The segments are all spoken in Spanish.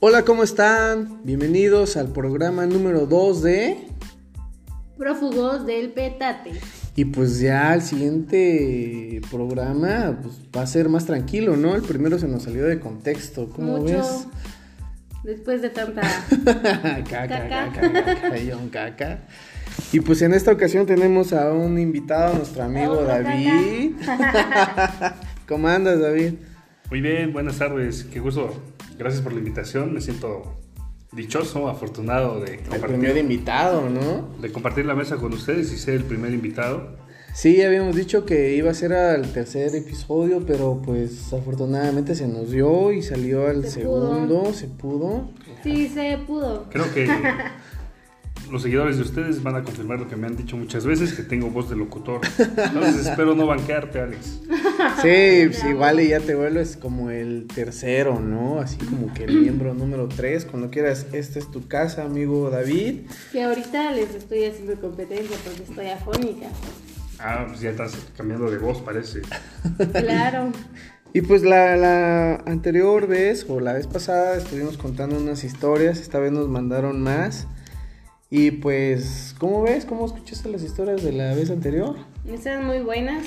Hola, ¿cómo están? Bienvenidos al programa número 2 de... Prófugos del petate. Y pues ya el siguiente programa pues, va a ser más tranquilo, ¿no? El primero se nos salió de contexto, ¿cómo Mucho. ves? Después de tanta. caca, caca, caca, cayón, caca. Y pues en esta ocasión tenemos a un invitado, nuestro amigo Otro caca. David. ¿Cómo andas, David? Muy bien, buenas tardes, qué gusto. Gracias por la invitación, me siento dichoso, afortunado de El primer compartir, invitado, ¿no? de compartir la mesa con ustedes y ser el primer invitado. Sí, habíamos dicho que iba a ser al tercer episodio, pero pues afortunadamente se nos dio y salió al Se pudo. segundo, se pudo. Sí, se pudo. Creo que los seguidores de ustedes van a confirmar lo que me han dicho muchas veces, que tengo voz de locutor. Entonces espero no banquearte, Alex. Sí, pues igual y ya te vuelves como el tercero, ¿no? Así como que el miembro número tres, cuando quieras, esta es tu casa, amigo David. Que ahorita les estoy haciendo competencia porque estoy afónica. Ah, pues ya estás cambiando de voz, parece. Claro. Y pues la, la anterior vez o la vez pasada estuvimos contando unas historias, esta vez nos mandaron más. Y pues, ¿cómo ves? ¿Cómo escuchaste las historias de la vez anterior? Están muy buenas.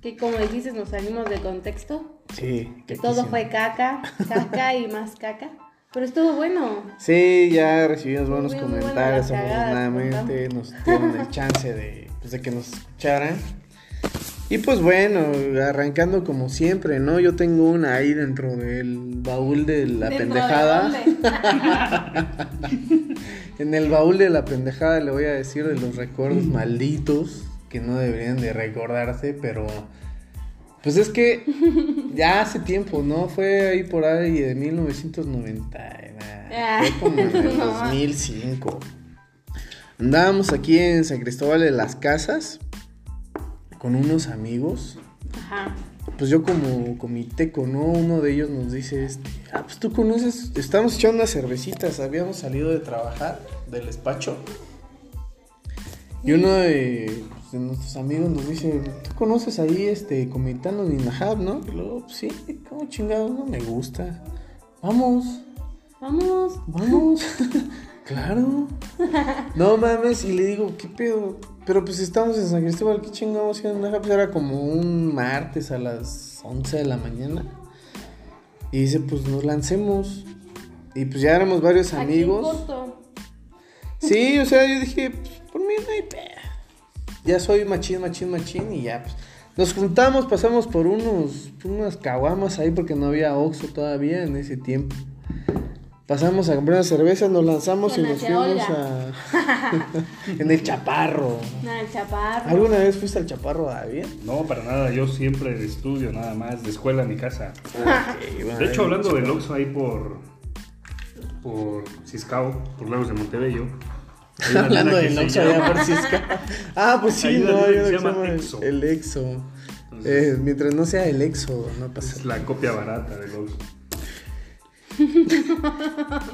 Que como dices, nos salimos de contexto. Sí, Que todo quisieron. fue caca, caca y más caca. Pero estuvo bueno. Sí, ya recibimos buenos Muy buenas comentarios, las cagadas, afortunadamente nos dieron el chance de, pues, de que nos escucharan. Y pues bueno, arrancando como siempre, ¿no? Yo tengo una ahí dentro del baúl de la Dentro de pendejada. dónde. En el baúl de la pendejada le voy a decir de los recuerdos malditos que no deberían de recordarse, pero pues es que ya hace tiempo, ¿no? Fue ahí por ahí de 1990, eh, nah, fue como en el No. 2005. Andábamos aquí en San Cristóbal de las Casas con unos amigos. Ajá. Pues yo como con mi teco, ¿no? Uno de ellos nos dice, este, ah, pues tú conoces, estamos echando unas cervecitas, habíamos salido de trabajar del despacho. Y uno de, pues, de nuestros amigos nos dice, tú conoces ahí este Comitano de Inahab, ¿no? Y luego, "Pues sí, como chingados, no me gusta. Vamos. Vamos. Vamos. claro. No mames, y le digo, ¿qué pedo? Pero pues estamos en San Cristóbal, ¿qué chingados? hacían en Naja? Pues era como un martes a las 11 de la mañana. Y dice, pues nos lancemos. Y pues ya éramos varios Aquí en amigos. Coto. Sí, o sea, yo dije, pues por mí no hay pedo. Ya soy machín, machín, machín y ya, pues. Nos juntamos, pasamos por unos, por unas caguamas ahí porque no había Oxxo todavía en ese tiempo. Pasamos a comprar unas cervezas, nos lanzamos y Con nos la fuimos a... chaola. en el Chaparro. Nah, el chaparro. ¿Alguna vez fuiste al Chaparro, David? No, para nada, yo siempre de estudio, nada más, de escuela a mi casa. Ok, bueno, De hecho, hablando del Oxxo ahí por. por Ciscao, por Lagos de Montebello. hay una Hablando tienda que del se Oxxo llama- allá por Cisca. Ah, pues sí, Hay una no, hay uno tienda que que se se llama llama Exo. El Exo. Entonces- pues Eh, mientras no sea el Exo, no pasa Es la copia barata del Oxxo.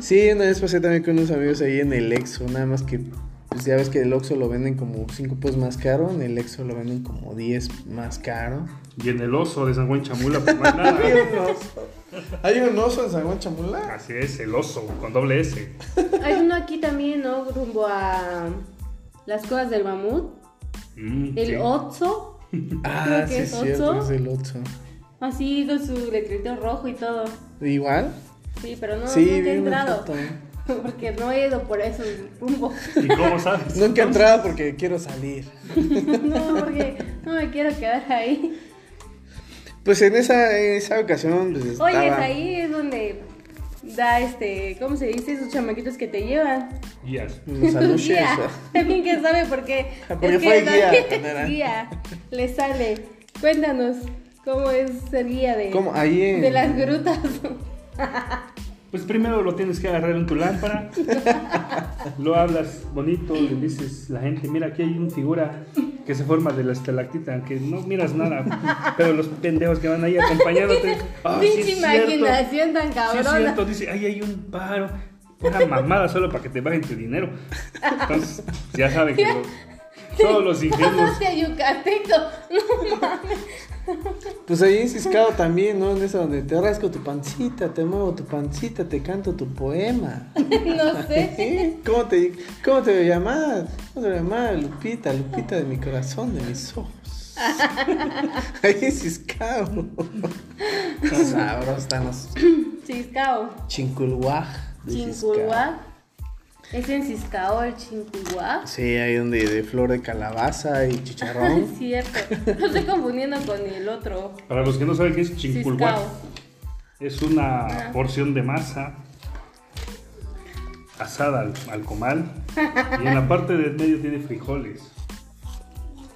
Sí, una vez pasé también con unos amigos ahí en el Exo, nada más que pues ya ves que el Oxxo lo venden como 5 pesos más caro, en el Exo lo venden como 10 más caro. Y en el oso de San Juan Chamula, pues no hay nada. un oso. ¿Hay un oso en San Juan Chamula? Así es, el oso, con doble S. Hay uno aquí también, ¿no? Rumbo a las cuevas del mamut. Mm, El sí. Otso. Ah, Creo sí, que es es cierto, oso. es el Oxxo. Así con su letrito rojo y todo. ¿Igual? Sí, pero no, sí, nunca he vi una entrado. foto. Porque no he ido por esos rumbos. ¿Y cómo sabes? Nunca he entrado porque quiero salir. no, porque no me quiero quedar ahí. Pues en esa, en esa ocasión pues estaba... Oye, es ahí es donde da este, ¿cómo se dice? Esos chamaquitos que te llevan. Guías. Los aluches. Guía. También que sabe por qué. Porque Es que fue guía, David es nena. guía. Le sale. Cuéntanos cómo es ser guía de, ¿Cómo? Ahí en... de las eh. grutas. Pues primero lo tienes que agarrar en tu lámpara. lo hablas bonito, le dices a la gente, mira, aquí hay una figura que se forma de la estalactita, que no miras nada, pero los pendejos que van ahí acompañándote. "Ah, sí Pinche es cierto". imaginación tan Sí, es cabrona. cierto, dice, ahí hay un paro. Una mamada solo para que te bajen tu dinero. Entonces, ya saben que lo- Todos los ingenuos. Pasaste a Yucateco. No mames. Pues ahí es ciscado también, ¿no? En esa donde te rasco tu pancita, te muevo tu pancita, te canto tu poema. No sé. ¿Sí? ¿Cómo te, cómo te llamás? ¿Cómo te llamás? Lupita, Lupita de mi corazón, de mis ojos. Ahí es ciscado. Están sabrosos, están los Chiscao. chinculhuaj. de Ciscao. Chinculhuá. Es en Ciscao el chinculhuá. Sí, ahí donde de flor de calabaza y Es chicharrón. cierto. Lo estoy confundiendo con el otro. Para los que no saben qué es chinculhuá, Ciscao. es una porción de masa asada al, al comal y en la parte del medio tiene frijoles.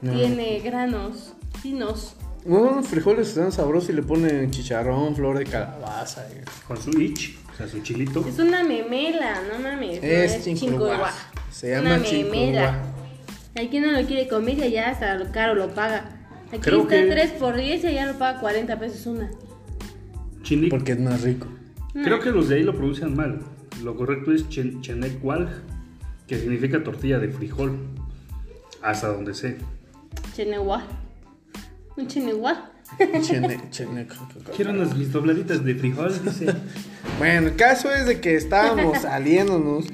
Tiene granos finos. No, los frijoles están sabrosos y le ponen chicharrón, flor de calabaza. y- Con su ich, o sea, su chilito. Es una memela, no mames. no, Es chinculhuá. Se llama Una memela. chinculhuá. Hay quien no lo quiere comer y allá hasta lo caro lo paga. Aquí Creo está que- 3 por 10 y allá lo paga 40 pesos una. Chili. Porque es más rico. Creo que los de ahí lo pronuncian mal. Lo correcto es chen- chenecualj, que significa tortilla de frijol. Hasta donde sé. Cheneguá. Un cheneguá. Chene- chene- Quiero unas mis dobladitas de frijol, dice. Bueno, el caso es de que estábamos saliéndonos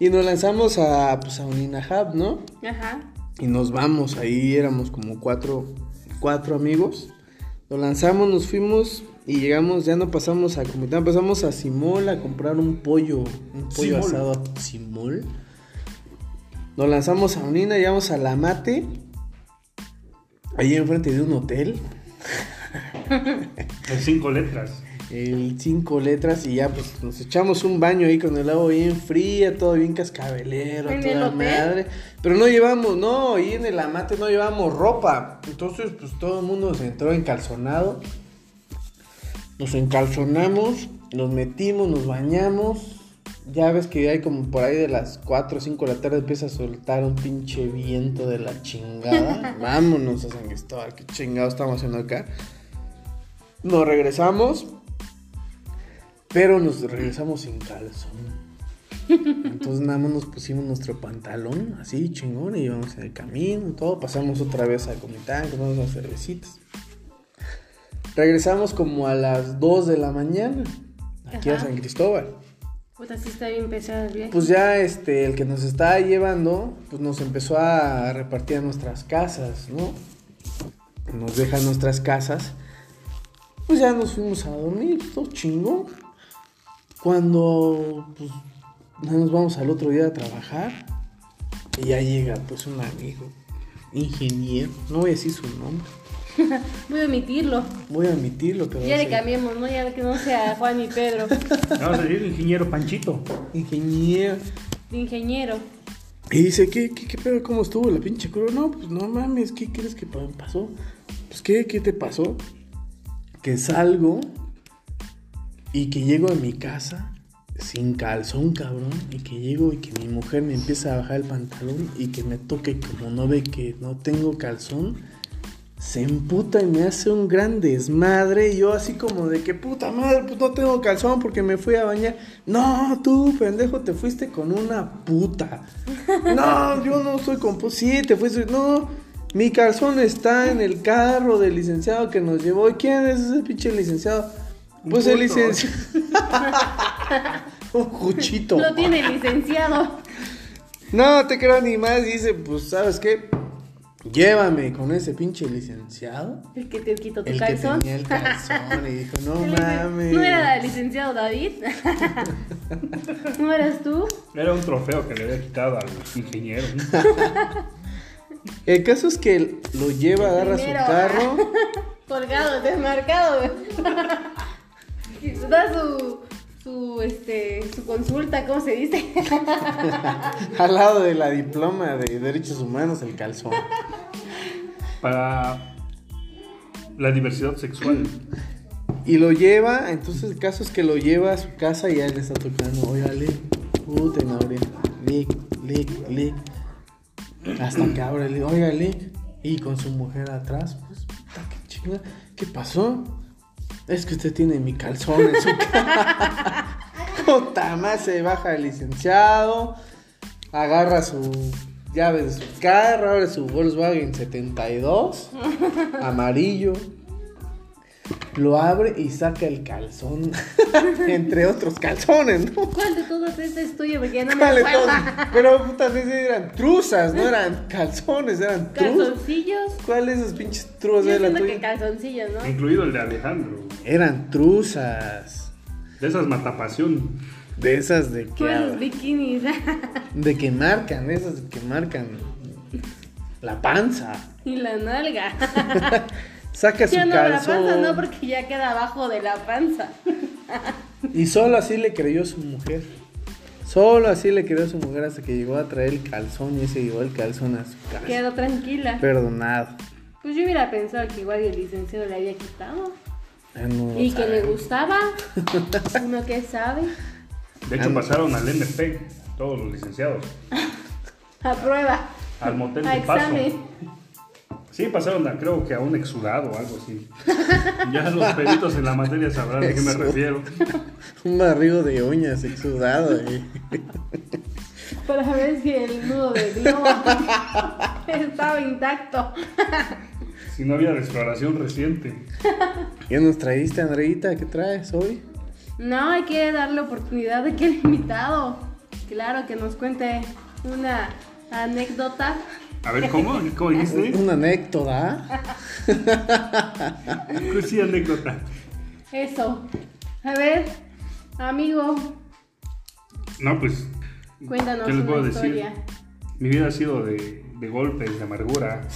y nos lanzamos a, pues, a Uninajab, ¿no? Ajá. Y nos vamos, ahí éramos como cuatro, cuatro amigos. Nos lanzamos, nos fuimos y llegamos, ya no pasamos a Comitán, pasamos a Simol a comprar un pollo, un pollo Simol. asado a Simol. Nos lanzamos a Unina, llegamos a La Mate, ahí enfrente de un hotel. En cinco letras. el cinco letras y ya pues nos echamos un baño ahí con el agua bien fría, todo bien cascabelero, ¿En el toda hotel? madre. Pero no llevamos, no, ahí en el amate no llevamos ropa. Entonces pues todo el mundo se entró encalzonado. Nos encalzonamos, nos metimos, nos bañamos. Ya ves que hay como por ahí de las 4 o 5 de la tarde empieza a soltar un pinche viento de la chingada. Vámonos a San Cristóbal, qué chingado estamos haciendo acá. Nos regresamos, pero nos regresamos sin calzón. Entonces nada más nos pusimos nuestro pantalón así chingón y íbamos en el camino, todo. Pasamos otra vez a Comitán, compramos unas cervecitas. Regresamos como a las 2 de la mañana aquí a Ajá. San Cristóbal. Puta, sí está bien pesado ¿eh? el viaje. Pues ya este, el que nos estaba llevando, pues nos empezó a repartir a nuestras casas, ¿no? Nos deja en nuestras casas. Pues ya nos fuimos a dormir, todo chingón. Cuando pues, ya nos vamos al otro día a trabajar, y ya llega pues un amigo, ingeniero, no voy a decir su nombre, Voy a omitirlo. voy a admitirlo, pero Ya es le cambiemos, ¿no? Ya que no sea Juan y Pedro. Vamos a decir ingeniero Panchito. el ingeniero. De ingeniero. Y dice, ¿qué, qué, qué pedo? ¿Cómo estuvo la pinche cruda? No, pues no mames, ¿qué crees que pa- pasó? Pues, ¿qué, qué te pasó? Que salgo y que llego a mi casa sin calzón, cabrón, y que llego y que mi mujer me empieza a bajar el pantalón y que me toque como no ve que no tengo calzón, se emputa y me hace un gran desmadre. Y yo así como de que puta madre, pues no tengo calzón porque me fui a bañar. No, tú, pendejo, te fuiste con una puta. No, yo no soy con pu- Sí, te fuiste. No, mi calzón está en el carro del licenciado que nos llevó. ¿Y quién es ese pinche licenciado? Un Pues el puto. licenciado. un cuchito. Lo tiene licenciado. No te creo ni más. Dice, pues, ¿sabes qué? Llévame con ese pinche licenciado. El que te quitó tu El que calzón. tenía el calzón y dijo, no El lic- mames. ¿No era el licenciado David? ¿No eras tú? Era un trofeo que le había quitado al ingeniero. El caso es que lo lleva, agarra su Primero. carro. Colgado, desmarcado. güey. Da su, su, este, su consulta, ¿cómo se dice? Al lado de la diploma de derechos humanos, el calzón. Para la diversidad sexual. Y lo lleva, entonces el caso es que lo lleva a su casa y ya le está tocando. Órale, puta en la oreja. Lick, lick, lick. Hasta que abre, le oiga, lick. Y con su mujer atrás, pues, puta, qué chinga. ¿Qué pasó? Es que usted tiene mi calzón en su ca- Puta más se baja el licenciado, agarra su llave de su carro, abre su Volkswagen 72, amarillo. Lo abre y saca el calzón, entre otros calzones, ¿no? ¿Cuál de todas estas es tuyo? Porque ya no me Vale, acuerdo. todo. Pero putas, esas eran truzas, no eran calzones, eran truzas. Calzoncillos. ¿Cuáles esos pinches Yo truzas de la siento que tuya? calzoncillos, ¿no? Incluido el de Alejandro. Eran truzas. De esas matapasión. De esas de que. Todos los bikinis. De que marcan, esas de que marcan. La panza. y la nalga. Saca su Ya no la calzón. panza, no, porque ya queda abajo de la panza. Y solo así le creyó su mujer. Solo así le creyó su mujer hasta que llegó a traer el calzón y se llevó el calzón a su casa. Quedó tranquila. Perdonado. Pues yo hubiera pensado que igual el licenciado le había quitado. Ah, no lo y que le sabe. gustaba. Uno que sabe. De hecho, pasaron al MP, todos los licenciados. A prueba. Al motel A de paso. examen. Sí, pasaron, a- creo que a un exudado o algo así. Ya los peritos en la materia sabrán de qué me Exu- refiero. Un barrigo de uñas exudado. eh. Para ver si el nudo de globo estaba intacto. Si no había restauración reciente. ¿Qué nos traíste, Andreita? ¿Qué traes hoy? No, hay que darle oportunidad de que el invitado, claro, que nos cuente una anécdota. A ver, ¿cómo? ¿Cómo dijiste? Una anécdota. Pues sí, anécdota. Eso. A ver, amigo, No, pues. cuéntanos ¿Qué les puedo una decir? historia. Mi vida ha sido de, de golpes, de amargura.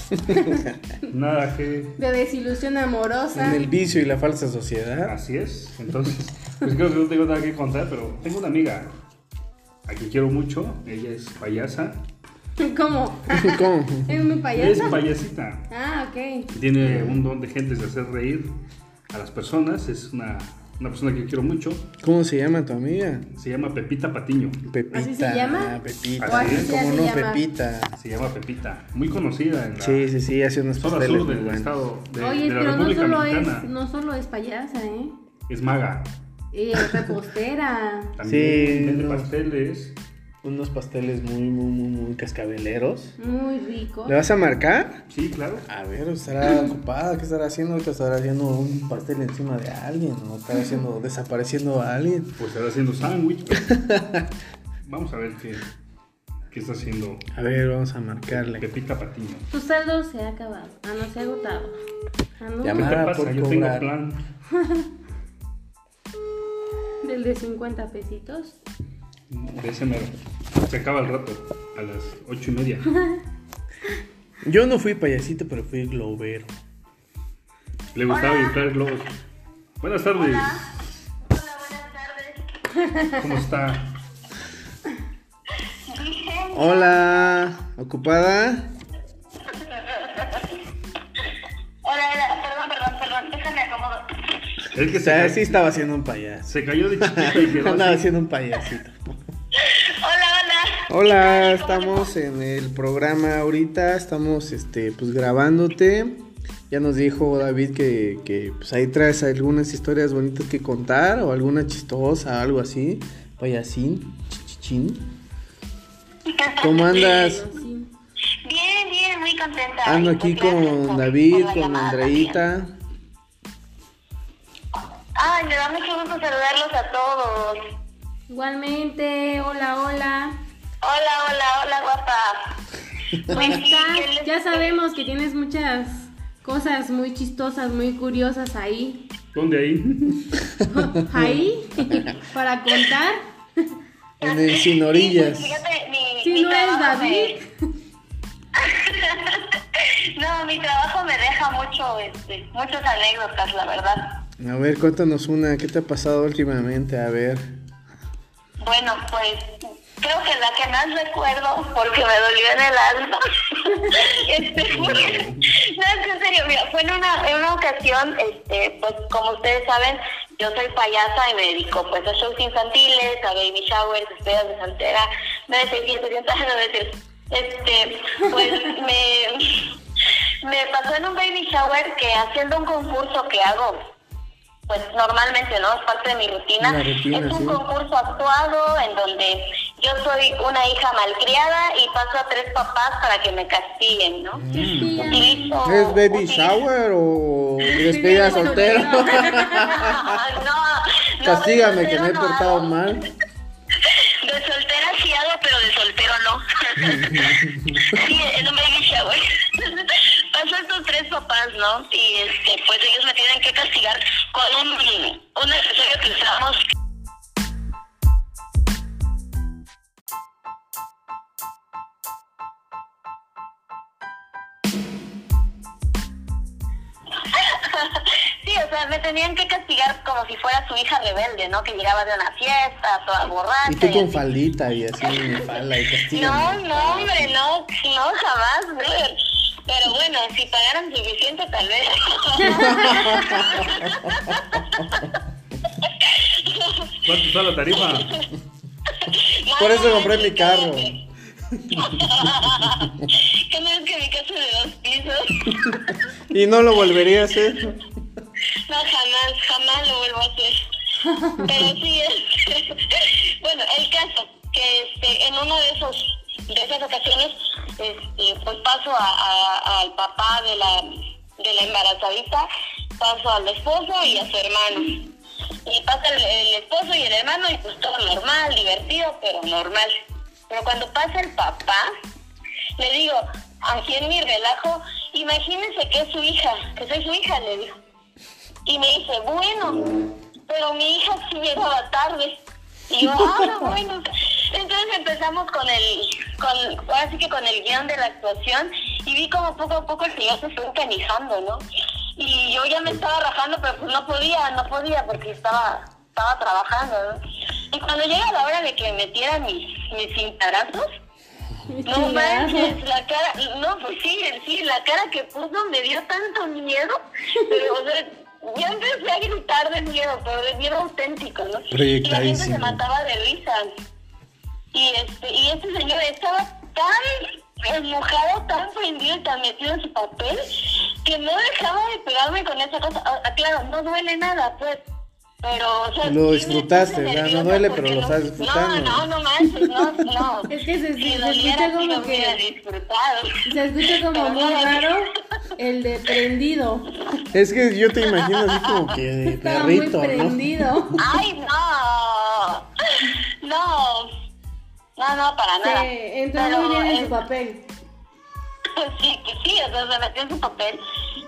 Nada que. De desilusión amorosa. En el vicio y la falsa sociedad. Así es. Entonces, pues creo que no tengo nada que contar, pero tengo una amiga a quien quiero mucho. Ella es payasa. ¿Cómo? ¿Cómo? ¿Es muy Es payasa? payasita. Ah, ok. Tiene un don de gente de hacer reír a las personas. Es una, una persona que quiero mucho. ¿Cómo se llama tu amiga? Se llama Pepita Patiño. Pepita. ¿Así se llama? Ah, Pepita. ¿O así ¿Cómo se no, llama? Pepita? Se llama Pepita. Muy conocida en la Sí, sí, sí, hace unos zona pasteles sur muy del buenos. estado de, Oye, de la pero no República solo, Mexicana. es, no solo es payasa, ¿eh? Es maga. Y es repostera. También Sí, vende no. pasteles. Unos pasteles muy, muy, muy, muy cascabeleros. Muy rico. ¿Le vas a marcar? Sí, claro. A ver, estará ocupada, ¿qué estará haciendo? Ahorita estará haciendo un pastel encima de alguien, o estará haciendo, desapareciendo a alguien. Pues estará haciendo sándwich. Vamos a ver qué, qué está haciendo A ver, vamos a marcarle. Pepita Patiño. Ah, Tu saldo se ha acabado. Ah, no, se ha agotado. Ah, no. ¿Qué Llamada. Ah, te pasa? por Yo tengo cobrar. plan. Del de 50 pesitos. De ese mero. Se acaba el rato. A las ocho y media. Yo no fui payasito, pero fui globero. Le gustaba inflar globos. Buenas tardes. Hola, buenas tardes. ¿Cómo está? Bien, Hola, ¿ocupada? hola, hola, perdón, perdón, perdón, déjame acomodo. El que O se, sea, ca- sí estaba haciendo un payaso. se cayó de chiquita y quedó Andaba así. haciendo un payasito. Hola, hola. Hola, estamos en el programa ahorita, estamos este, pues grabándote. Ya nos dijo David que, que, pues ahí traes algunas historias bonitas que contar o alguna chistosa, algo así. Payasín, chichichín. ¿Cómo andas? Bueno, sí. Bien, bien, muy contenta. Ando Muchas aquí gracias por- con David, por la con llamada Andreita. también. Ay, me da mucho gusto saludarlos a todos. Igualmente, hola, hola. Hola, hola, hola, guapa. ¿Cómo Pues sí, ¿qué estás? les- Ya sabemos que tienes muchas cosas muy chistosas, muy curiosas ahí. ¿Dónde ahí? Ahí, para contar. En el Sin Sí, Orillas. pues, fíjate, mi, Si mi no es trabajo David, me- no, mi trabajo me deja mucho, este, muchas anécdotas, la verdad. A ver, cuéntanos una, ¿qué te ha pasado últimamente? A ver. Bueno, pues creo que la que más recuerdo porque me dolió en el alma. este, fue- no, es en serio, mira, fue en una, en una ocasión, este, pues como ustedes saben, yo soy payasa y me dedico pues a shows infantiles, a baby showers, estrellas de santera, 900, 700, no decir. Este, pues me, me pasó en un baby shower que haciendo un concurso que hago, pues normalmente, ¿no? Es parte de mi rutina. La rutina, es un sí. concurso actuado en donde yo soy una hija malcriada y paso a tres papás para que me castiguen, ¿no? Utilizo- Mm. ¿Es baby utilizo- shower o despedida soltero? no, no, Castígame de que me he soltero no portado hago. mal. De soltera sí hago, pero de soltero no. Mm. sí, en un baby shower. Pasan estos tres papás, ¿no? Y este, pues ellos me tienen que castigar con un, un accesorio que usamos. Sí, o sea, me tenían que castigar como si fuera su hija rebelde, ¿no? Que llegaba de una fiesta, toda borracha. Y tú y con así. faldita y así, falda y No, castígame. no, hombre, no, no, jamás, brother. Pero bueno, si pagaran suficiente, tal vez. ¿Cuánto está la tarifa? Por eso compré mi carro. ¿Qué más que mi casa de dos pisos? Y no lo ¿eh? volvería a hacer. No, jamás, jamás lo vuelvo a hacer. Pero sí, es... bueno, el caso, que este, en uno de esos de esas ocasiones, este, pues paso a- a- al papá de la, de la embarazadita, paso al esposo y a su hermano. Y pasa el, el esposo y el hermano y pues todo normal, divertido, pero normal. Pero cuando pasa el papá, le digo, aquí en mi relajo, imagínense que es su hija, que soy su hija, le digo. Y me dice, bueno, pero mi hija sí llegaba tarde. Y yo, ah, bueno. Entonces empezamos con el, con, ahora sí que con el guión de la actuación y vi como poco a poco el señor se fue encanijando, ¿no? Y yo ya me estaba rajando, pero pues no podía, no podía porque estaba, estaba trabajando, ¿no? Y cuando llega la hora de que metiera mis, mis cintarazos, no manches, la cara, no, pues sí, sí, la cara que puso me dio tanto miedo, pero o sea, yo empecé a gritar de miedo, pero de miedo auténtico, ¿no? Y la gente se Proyectadísimo. mataba de risa. Y este, y este señor estaba tan enojado, tan prendido y tan metido en su papel, que no dejaba de pegarme con esa cosa. Ah, ah, claro, no duele nada, pues. Pero, o sea, Lo sí me disfrutaste, puse ¿verdad? No nerviosa duele, pero porque lo no- estás disfrutando. No, no, no manches, no, no. Es que se- Si se doliera, escucha sí como lo hubiera que- disfrutado. Se escucha como muy raro el de prendido. Es que yo te imagino así como que de Estaba muy perrito, ¿no? prendido. Ay, no. No. No, no, para nada. Se entró Pero, muy bien en eh, su papel. Sí, que sí, o sea, se metió en su papel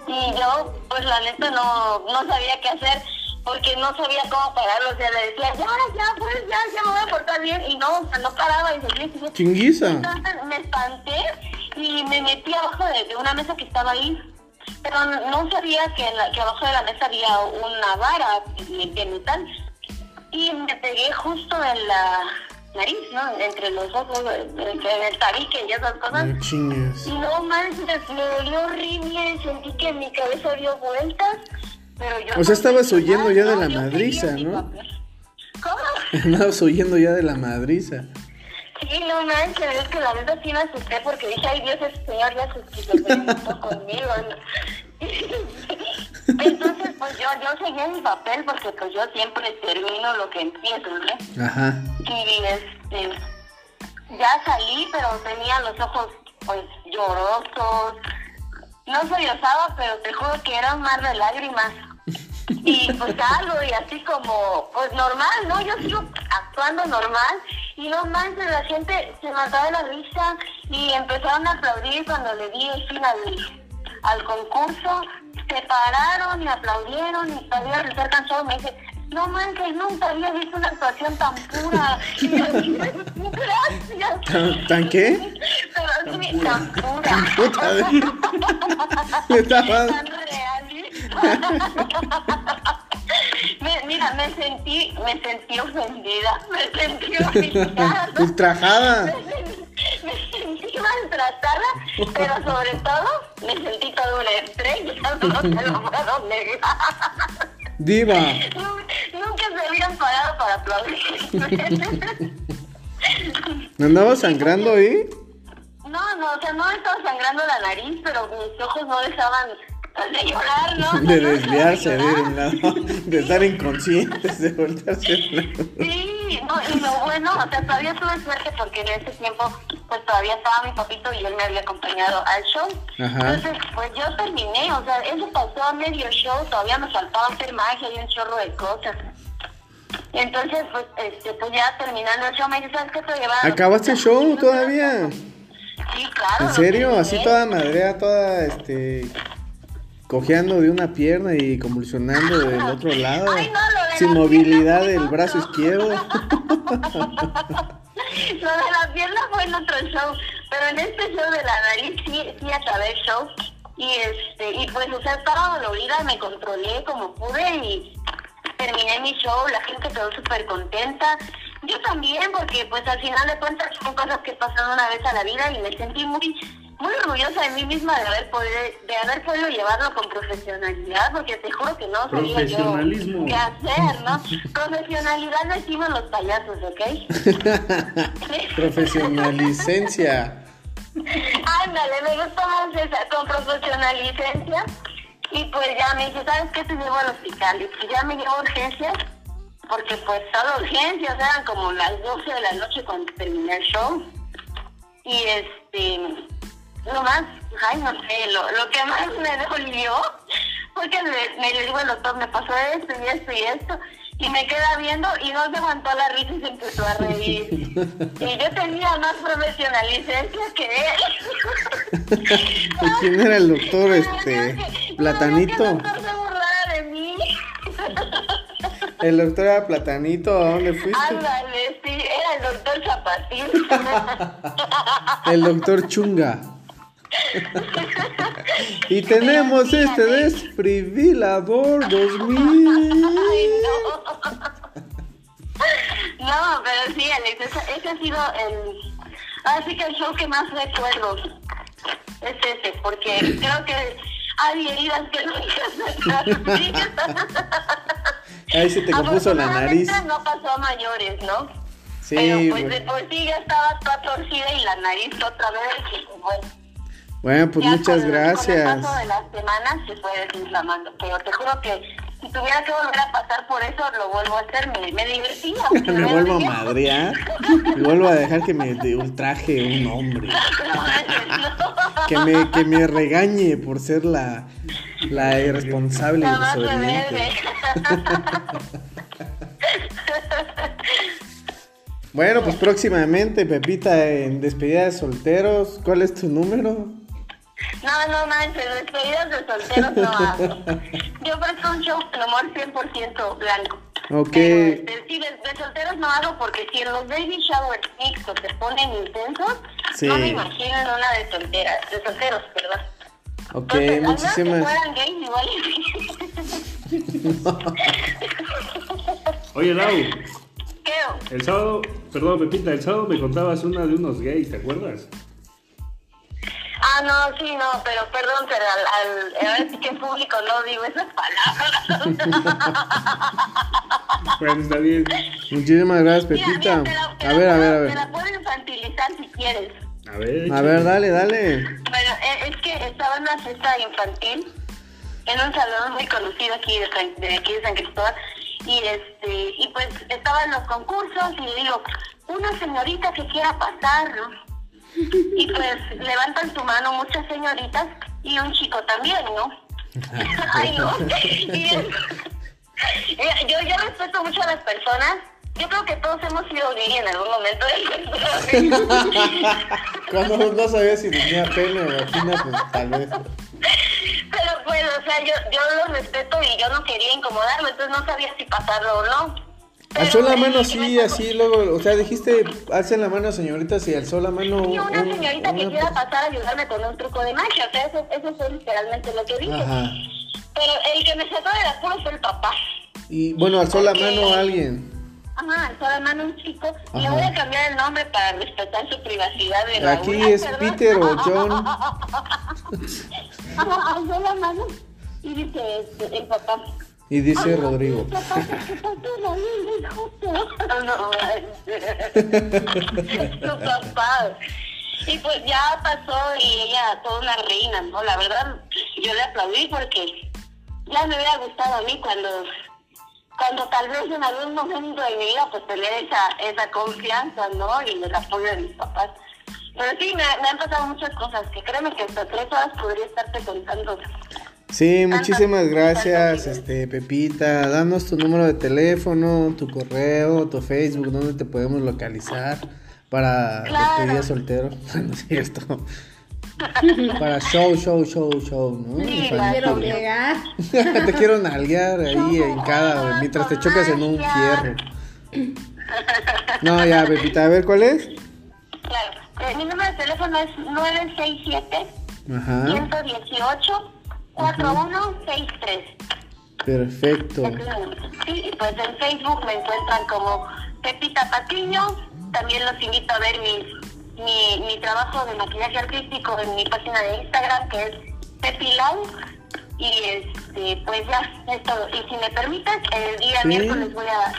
y yo, pues la neta, no, no sabía qué hacer porque no sabía cómo pararlo, o sea, le decía, ya, ya, pues, ya, ya me voy a portar bien y no, o sea, no paraba y seguía, seguía. Chinguiza. Entonces me espanté y me metí abajo de, de una mesa que estaba ahí. Pero no sabía que, en la- que abajo de la mesa había una vara de, de metal. Y me pegué justo en la nariz, ¿no? Entre los ojos, en en el tabique y esas cosas. No chingues. Y no manches, me dolió horrible, sentí que mi cabeza dio vueltas. Pero yo O sea, estabas no hice huyendo ya de nada, la yo madriza, seguía sin ¿no? papel. ¿Cómo? Andabas huyendo ya de la madriza. Sí, no manches, es que la neta sí me asusté porque dije, ay Dios, el señor ya se esquizofrenizó conmigo. ¿no? Entonces, pues yo, yo seguí en mi papel porque pues yo siempre termino lo que empiezo, ¿no? Ajá. Y este, ya salí, pero tenía los ojos pues llorosos. No sollozaba, pero te juro que era un mar de lágrimas. Y pues algo, y así como, pues normal, ¿no? Yo sigo actuando normal. Y no manches, la gente se mataba de la risa y empezaron a aplaudir cuando le di el fin al, al concurso. Se pararon y aplaudieron y todavía les alcanzó. Me dice, no manches, nunca había visto una actuación tan pura. Y yo, gracias. ¿Tan- tan qué? Pero sí, tan pura. Puta de... Le Tan estaba- realista. Me- Mira, me sentí, me sentí ofendida, me sentí humillada, pues, Ultrajada. me sentí maltratada, pero sobre todo me sentí toda una estrella, no te lo puedo negar. Diva. Nunca se habían parado para aplaudir. ¿Me andaba sangrando ahí? No, no, o sea, no me estaba sangrando la nariz, pero mis ojos no dejaban de llorar, ¿no? No, De no, no, desviarse, de ir a llorar. un lado. De estar inconscientes, de voltearse. a un lado. Sí, No, y lo bueno, o sea, todavía tuve suerte porque en ese tiempo, pues todavía estaba mi papito y él me había acompañado al show. Ajá. Entonces, pues yo terminé, o sea, eso pasó a medio show, todavía nos faltaba hacer magia y un chorro de cosas. Entonces, pues, este, pues ya terminando el show, me dice, ¿sabes qué te llevaba? ¿Acabaste el show todavía? Sí, claro. ¿En lo serio? terminé. Así toda madrea, toda este. cojeando de una pierna y convulsionando del otro lado. Ay, no, lo de la Sin pierna movilidad fue del otro. brazo izquierdo. Lo de la pierna fue en otro show, pero en este show de la nariz sí, sí acabé el show. Y, este, y pues, o sea, estaba dolorida, me controlé como pude y terminé mi show, la gente quedó súper contenta. Yo también, porque pues al final de cuentas son cosas que pasan una vez a la vida y me sentí muy muy orgullosa de mí misma de haber podido, de haber podido llevarlo con profesionalidad, porque te juro que no sabía yo Profesionalismo. qué hacer, ¿no? Profesionalidad lo hicimos los payasos, ¿ok? Profesionalicencia. Ándale, me gustó más esa, con profesionalicencia. Y pues ya me dice, ¿sabes qué? Te llevo al hospital. Y pues ya me llevo a urgencias, porque pues solo urgencias, eran como las 12 de la noche cuando terminé el show. Y este, lo más, ay, no sé, lo, lo que más me dolió fue que me, me le digo al doctor, me pasó esto y esto y esto. Y me queda viendo y no se aguantó la risa y se empezó a reír. Y yo tenía más profesionalicencia que él. ¿Quién era el doctor, Ay, no, este, que- no, que el Platanito? doctor se burlara de mí. El doctor era Platanito, ¿a dónde fuiste? Ándale, sí, era el doctor Zapatín. El doctor Chunga. Y tenemos este desfibrilador 2000. No, pero sí, Alex, ese, ese ha sido el. Ahora sí que el show que más recuerdo es ese, porque creo que hay heridas que nunca se Ahí se te compuso la nariz. Afortunadamente No pasó a mayores, ¿no? Sí, Pero pues bueno. de por sí ya estaba toda torcida y la nariz otra vez. Y pues, bueno, Bueno, pues ya muchas con- Con el gracias. paso de las semanas se fue desinflamando, pero te juro que si tuviera que volver a pasar por eso, lo vuelvo a hacer, me, me divertía. aunque Me me vuelvo a dolía. madrear. Me vuelvo a dejar que me de- ultraje un hombre. No, no. Que me, que me regañe por ser la, la irresponsable y La más desobediente. rebelde. Bueno, pues próximamente, Pepita, en despedida de solteros, ¿cuál es tu número? No, no manches, despedidas de solteros no hago. Yo ofrezco un show con amor 100% blanco. Ok. Pero, este, sí, de, de solteros no hago porque si en los baby shower mixtos se ponen intensos, Sí. no me imagino en una de solteras, de solteros, perdón. Ok, Entonces, al menos que muchísimas. fueran gays, igual y- Oye, Lau, ¿Qué? el sábado, perdón, Pepita, el sábado me contabas una de unos gays, ¿te acuerdas? Ah, no, sí, no, pero perdón, pero al, al, a ver si que en público no digo esas palabras. Bueno, está bien. Muchísimas gracias, Mira, Pepita. mira, te la- te A la ver, a ver, puedo- a Te ver. la puedo infantilizar si quieres. A ver, A ver, dale, dale. Bueno, e- es que estaba en una fiesta infantil en un salón muy conocido aquí de, San- de aquí de San Cristóbal y este y pues estaban los concursos y le digo una señorita que quiera pasar ¿no? y pues levantan su mano muchas señoritas y un chico también no ay no Y es- eh, yo yo respeto mucho a las personas yo creo que todos hemos sido gay en algún momento de nuestra vida. Cuando no sabía si tenía pene o vagina, pues tal vez. Pero pues, o sea, yo, yo lo respeto y yo no quería incomodarlo, entonces no sabía si pasarlo o no. Pero Alzó la me- mano me así, tocó- Ah, así, luego, o sea, dijiste, alcen la mano, señorita, si alzó la mano. Y una un- señorita que una- quiera pasar a ayudarme con un truco de magia, o sea, eso, eso fue literalmente lo que dije. Ajá. Pero el que me sacó del apuro fue el papá. Y bueno, alzó la Ok. mano a alguien. Ajá, alzó la mano un chico. Le Ajá. voy a cambiar el nombre para respetar su privacidad. De Raúl. Aquí Ay, es perdón. Peter o John. Ajá, alzó la mano y dice este, el papá. Y dice Rodrigo. ¿Qué pasa? ¿Qué pasa, David? Hijo de- No, manches. Su papá. Y pues ya pasó y ella, toda una reina, ¿no? La verdad, yo le aplaudí porque ya me hubiera gustado a mí cuando cuando tal vez en algún momento de mi vida pues tener esa, esa confianza, ¿no? Y el apoyo de mis papás. Pero sí, me, me han pasado muchas cosas, que créeme que hasta tres horas podría estarte contando. Sí, muchísimas Ándale, gracias, ándale. este Pepita. Danos tu número de teléfono, tu correo, tu Facebook, donde te podemos localizar para Claro. despedida soltero. No es cierto. para show, show, show, show, ¿no? Sí, Infantil. la Quiero obligar. te quiero nalguear ahí en cada, Chocolate, mientras te chocas en un ya. fierro. No, ya, Pepita, a ver cuál es. Claro, Eh, mi número de teléfono es 967 Ajá, 118 4163. perfecto. Sí, y pues en Facebook me encuentran como Pepita Patiño. También los invito a ver mi, mi, mi trabajo de maquillaje artístico en mi página de Instagram, que es Pepilau. Y este, pues ya, es todo. Y si me permites, el día Sí. miércoles voy a,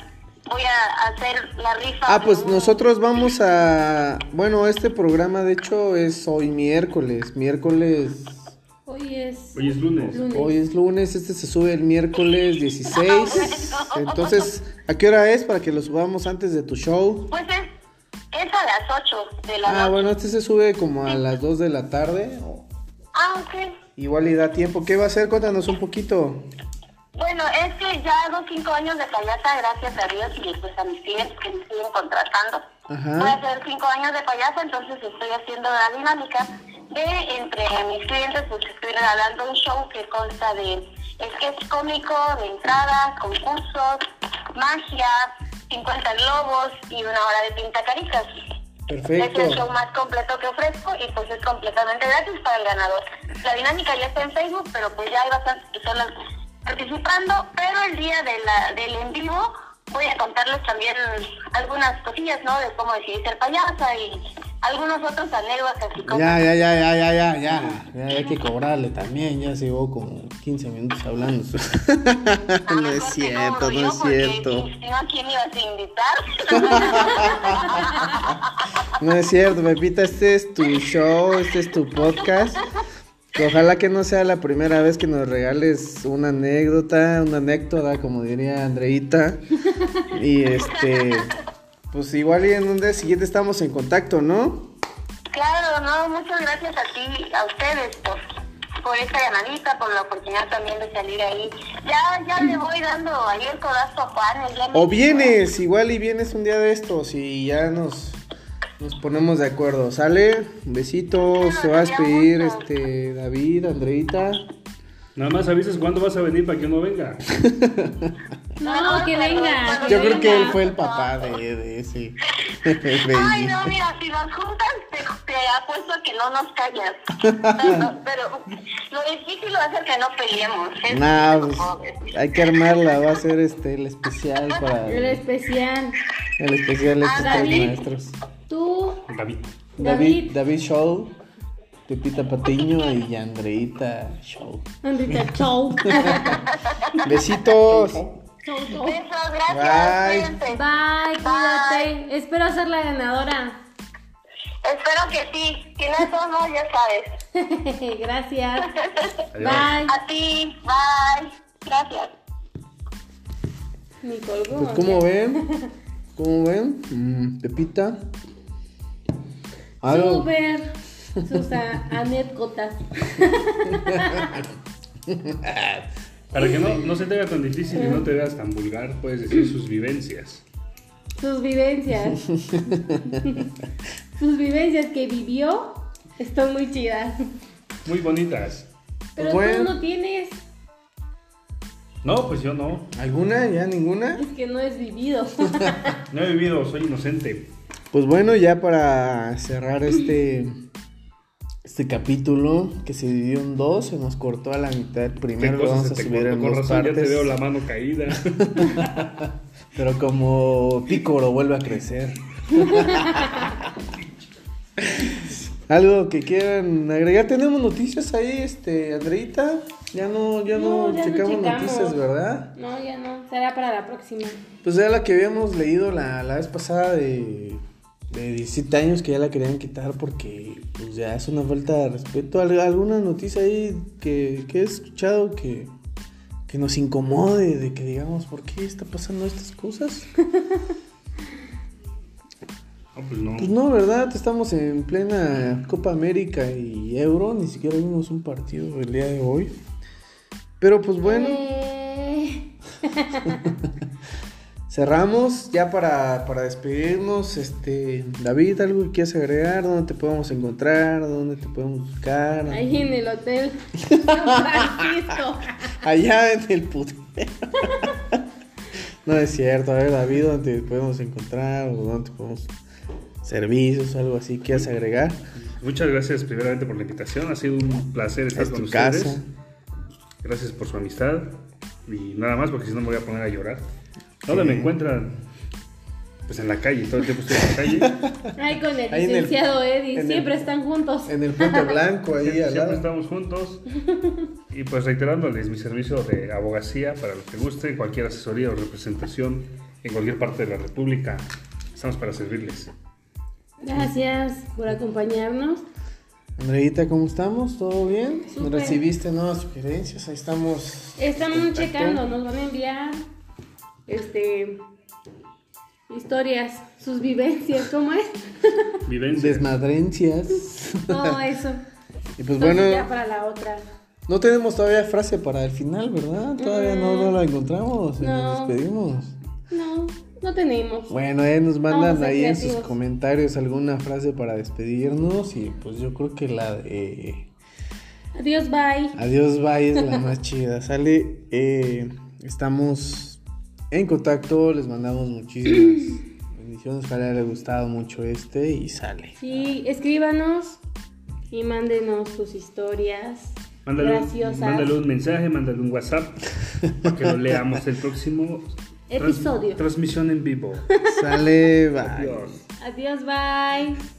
voy a hacer la rifa. Ah, de pues un- nosotros vamos a. Bueno, este programa de hecho es hoy miércoles. Miércoles. Hoy es. Hoy es lunes. Hoy es lunes, este se sube el miércoles 16. Entonces, ¿a qué hora es para que lo subamos antes de tu show? Pues es, es a las 8 de la Ah, noche. bueno, este se sube como a las 2 de la tarde. Ah, ok. Igual y da tiempo. ¿Qué va a hacer? Cuéntanos un poquito. Bueno, es que ya hago cinco años de payasa, gracias a Dios y pues a mis clientes que me siguen contratando. Ajá. Voy a hacer cinco años de payasa, entonces estoy haciendo la dinámica de entre mis clientes pues estoy regalando un show que consta de sketch cómico, de entrada, concursos, magia, 50 globos y una hora de pintacaricas. Perfecto. Es el show más completo que ofrezco y pues es completamente gratis para el ganador. La dinámica ya está en Facebook, pero pues ya hay bastantes personas participando, pero el día de la, del en vivo voy a contarles también algunas cosillas, ¿no? De cómo decidí ser payasa y algunos otros anécdotas y cosas. Ya, ya, ya, ya, ya, ya, ya. Ya hay que cobrarle también. Ya se llevó como 15 minutos hablando. A lo no es Ah, cierto, mejor te cobro no yo, es porque cierto. Si no, ¿a quién me ibas a invitar? No es cierto, Pepita, este es tu show, este es tu podcast. Ojalá que no sea la primera vez que nos regales una anécdota, una anécdota, como diría Andreita. Y este, pues igual y en un día siguiente estamos en contacto, ¿no? Claro, no, muchas gracias a ti, a ustedes por, por esta llamadita, por la oportunidad también de salir ahí. Ya, ya le voy dando ahí el codazo a Juan. ya me- O vienes, igual y vienes un día de estos y ya nos, nos ponemos de acuerdo, ¿sale? Besitos, se va a despedir este, David, Andreita. Nada más avisas cuándo vas a venir para que uno venga. No, que venga. Yo creo que él venga. fue el papá de, de ese. Ay, bello. no, mira, si nos juntas, te, te apuesto a que no nos callas. Pero, pero lo difícil va a ser que no peleemos. ¿eh? Nah, pues, Pobres. hay que armarla, va a ser este el especial para El especial. el especial de estos Ah, tres David. maestros. Tú, David. David, David. David Show, Pepita Patiño y Andreita Show. Andrita, chau. Besitos. Chau, chau. Besos, gracias. Bye. cuídense. Bye, cuídate. Espero ser la ganadora. Espero que sí. Si no, de todos modos, ya sabes. Gracias. Adiós. Bye. A ti, bye. Gracias. Ni colgó. Pues como ven, como ven, Mm, Pepita. Algo. Súper. Sus a- anécdotas. Para que no, no se te haga tan difícil y no te veas tan vulgar, puedes decir sus vivencias. Sus vivencias. Sus vivencias que vivió están muy chidas. Muy bonitas. Pero Bueno. tú no tienes. No, pues yo no. ¿Alguna? ¿Ya ninguna? Es que no es vivido. No he vivido, soy inocente. Pues bueno, ya para cerrar este este capítulo que se dividió en dos, se nos cortó a la mitad. Primero Qué lo cosas vamos a se te subir cortó. en Con dos razón ya partes. te veo la mano caída. Pero como pícoro vuelve a crecer. Algo que quieran agregar, tenemos noticias ahí, este, Andreita. Ya no, ya no, No, ya no checamos checamos. noticias, ¿verdad? No, ya no. Será para la próxima. Pues era la que habíamos leído la, la vez pasada de, de 17 años que ya la querían quitar porque pues ya es una falta de respeto. Al- ¿Alguna noticia ahí que, que he escuchado que, que nos incomode, de que digamos, ¿por qué está pasando estas cosas? No, pues no. Pues no, ¿verdad? Estamos en plena Copa América y Euro, ni siquiera vimos un partido el día de hoy. Pero pues bueno, Eh, cerramos ya para, para despedirnos. Este, David, ¿algo que quieras agregar? ¿Dónde te podemos encontrar? ¿Dónde te podemos buscar? ahí en el hotel. San Francisco. Allá en el putero. no es cierto, a ver, David, ¿dónde te podemos encontrar? ¿O dónde te podemos servicios, algo así? ¿Quieres agregar? Muchas gracias primeramente por la invitación. Ha sido un placer estar Es con tu ustedes. casa. Gracias por su amistad. Y nada más, porque si no me voy a poner a llorar. Sí. Ahora me encuentran pues en la calle, todo el tiempo estoy en la calle. Ahí con el Ahí en el- licenciado Eddie. en el- Siempre están juntos. En el Puente Blanco, ahí Siempre, al lado. estamos juntos. Y pues reiterándoles mi servicio de abogacía para los que guste, cualquier asesoría o representación en cualquier parte de la República. Estamos para servirles. Gracias por acompañarnos. Andreita, ¿cómo estamos? ¿Todo bien? Súper. ¿Recibiste nuevas sugerencias? Ahí estamos. Estamos Contacto. checando, nos van a enviar este historias, sus vivencias, ¿cómo es? Vivencia. Desmadrencias. Todo eso. Y pues Entonces, bueno, ya para la otra. no tenemos todavía frase para el final, ¿verdad? Todavía no, no la encontramos. y Nos Mm. No. despedimos. No, no tenemos. Bueno, eh, nos mandan Vamos a ser ahí en sus creativos. comentarios alguna frase para despedirnos. Y pues yo creo que la de. eh, Adiós, bye. Adiós, bye, es la más chida. Sale, eh, estamos en contacto, les mandamos muchísimas bendiciones. Ojalá les haya gustado mucho este y sale. Sí, escríbanos y mándenos sus historias Mándale, un- graciosas. mándale un mensaje, mándale un WhatsApp para que lo leamos el próximo trans- Episodio. transmisión en vivo. Sale, bye. Adiós. Adiós, bye.